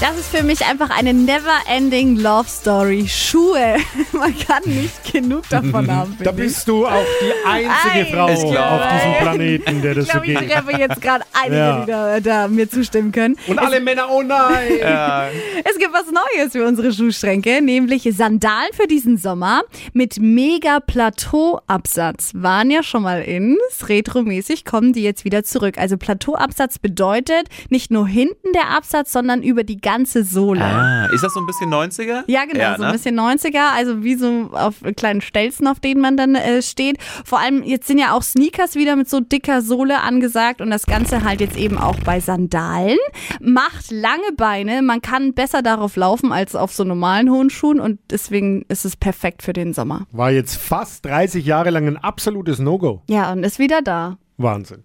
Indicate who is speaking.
Speaker 1: Das ist für mich einfach eine never-ending Love Story. Schuhe. Man kann nicht genug davon haben.
Speaker 2: Mhm. Da
Speaker 1: finde ich.
Speaker 2: bist du auch die einzige
Speaker 1: Ei,
Speaker 2: Frau
Speaker 1: ich glaube,
Speaker 2: auf diesem
Speaker 1: ey.
Speaker 2: Planeten, der das
Speaker 1: ich
Speaker 2: so
Speaker 1: glaube, ich
Speaker 2: geht.
Speaker 1: treffe jetzt gerade einige,
Speaker 2: Ja.
Speaker 1: die da, da mir zustimmen können.
Speaker 2: Und alle Männer, oh nein!
Speaker 1: Es gibt was Neues für unsere Schuhschränke, nämlich Sandalen für diesen Sommer mit mega Plateauabsatz. Waren ja schon mal ins. Retromäßig kommen die jetzt wieder zurück. Also Plateauabsatz bedeutet nicht nur hinten der Absatz, sondern über die ganze Sohle.
Speaker 3: Ah, ist das so ein bisschen 90er?
Speaker 1: Ja, genau, so ein
Speaker 3: ne?
Speaker 1: bisschen 90er, also wie so auf kleinen Stelzen, auf denen man dann äh, steht. Vor allem, jetzt sind ja auch Sneakers wieder mit so dicker Sohle angesagt und das Ganze halt jetzt eben auch bei Sandalen. Macht lange Beine, man kann besser darauf laufen als auf so normalen hohen Schuhen und deswegen ist es perfekt für den Sommer.
Speaker 2: War jetzt fast 30 Jahre lang ein absolutes No-Go.
Speaker 1: Ja, und ist wieder da.
Speaker 2: Wahnsinn.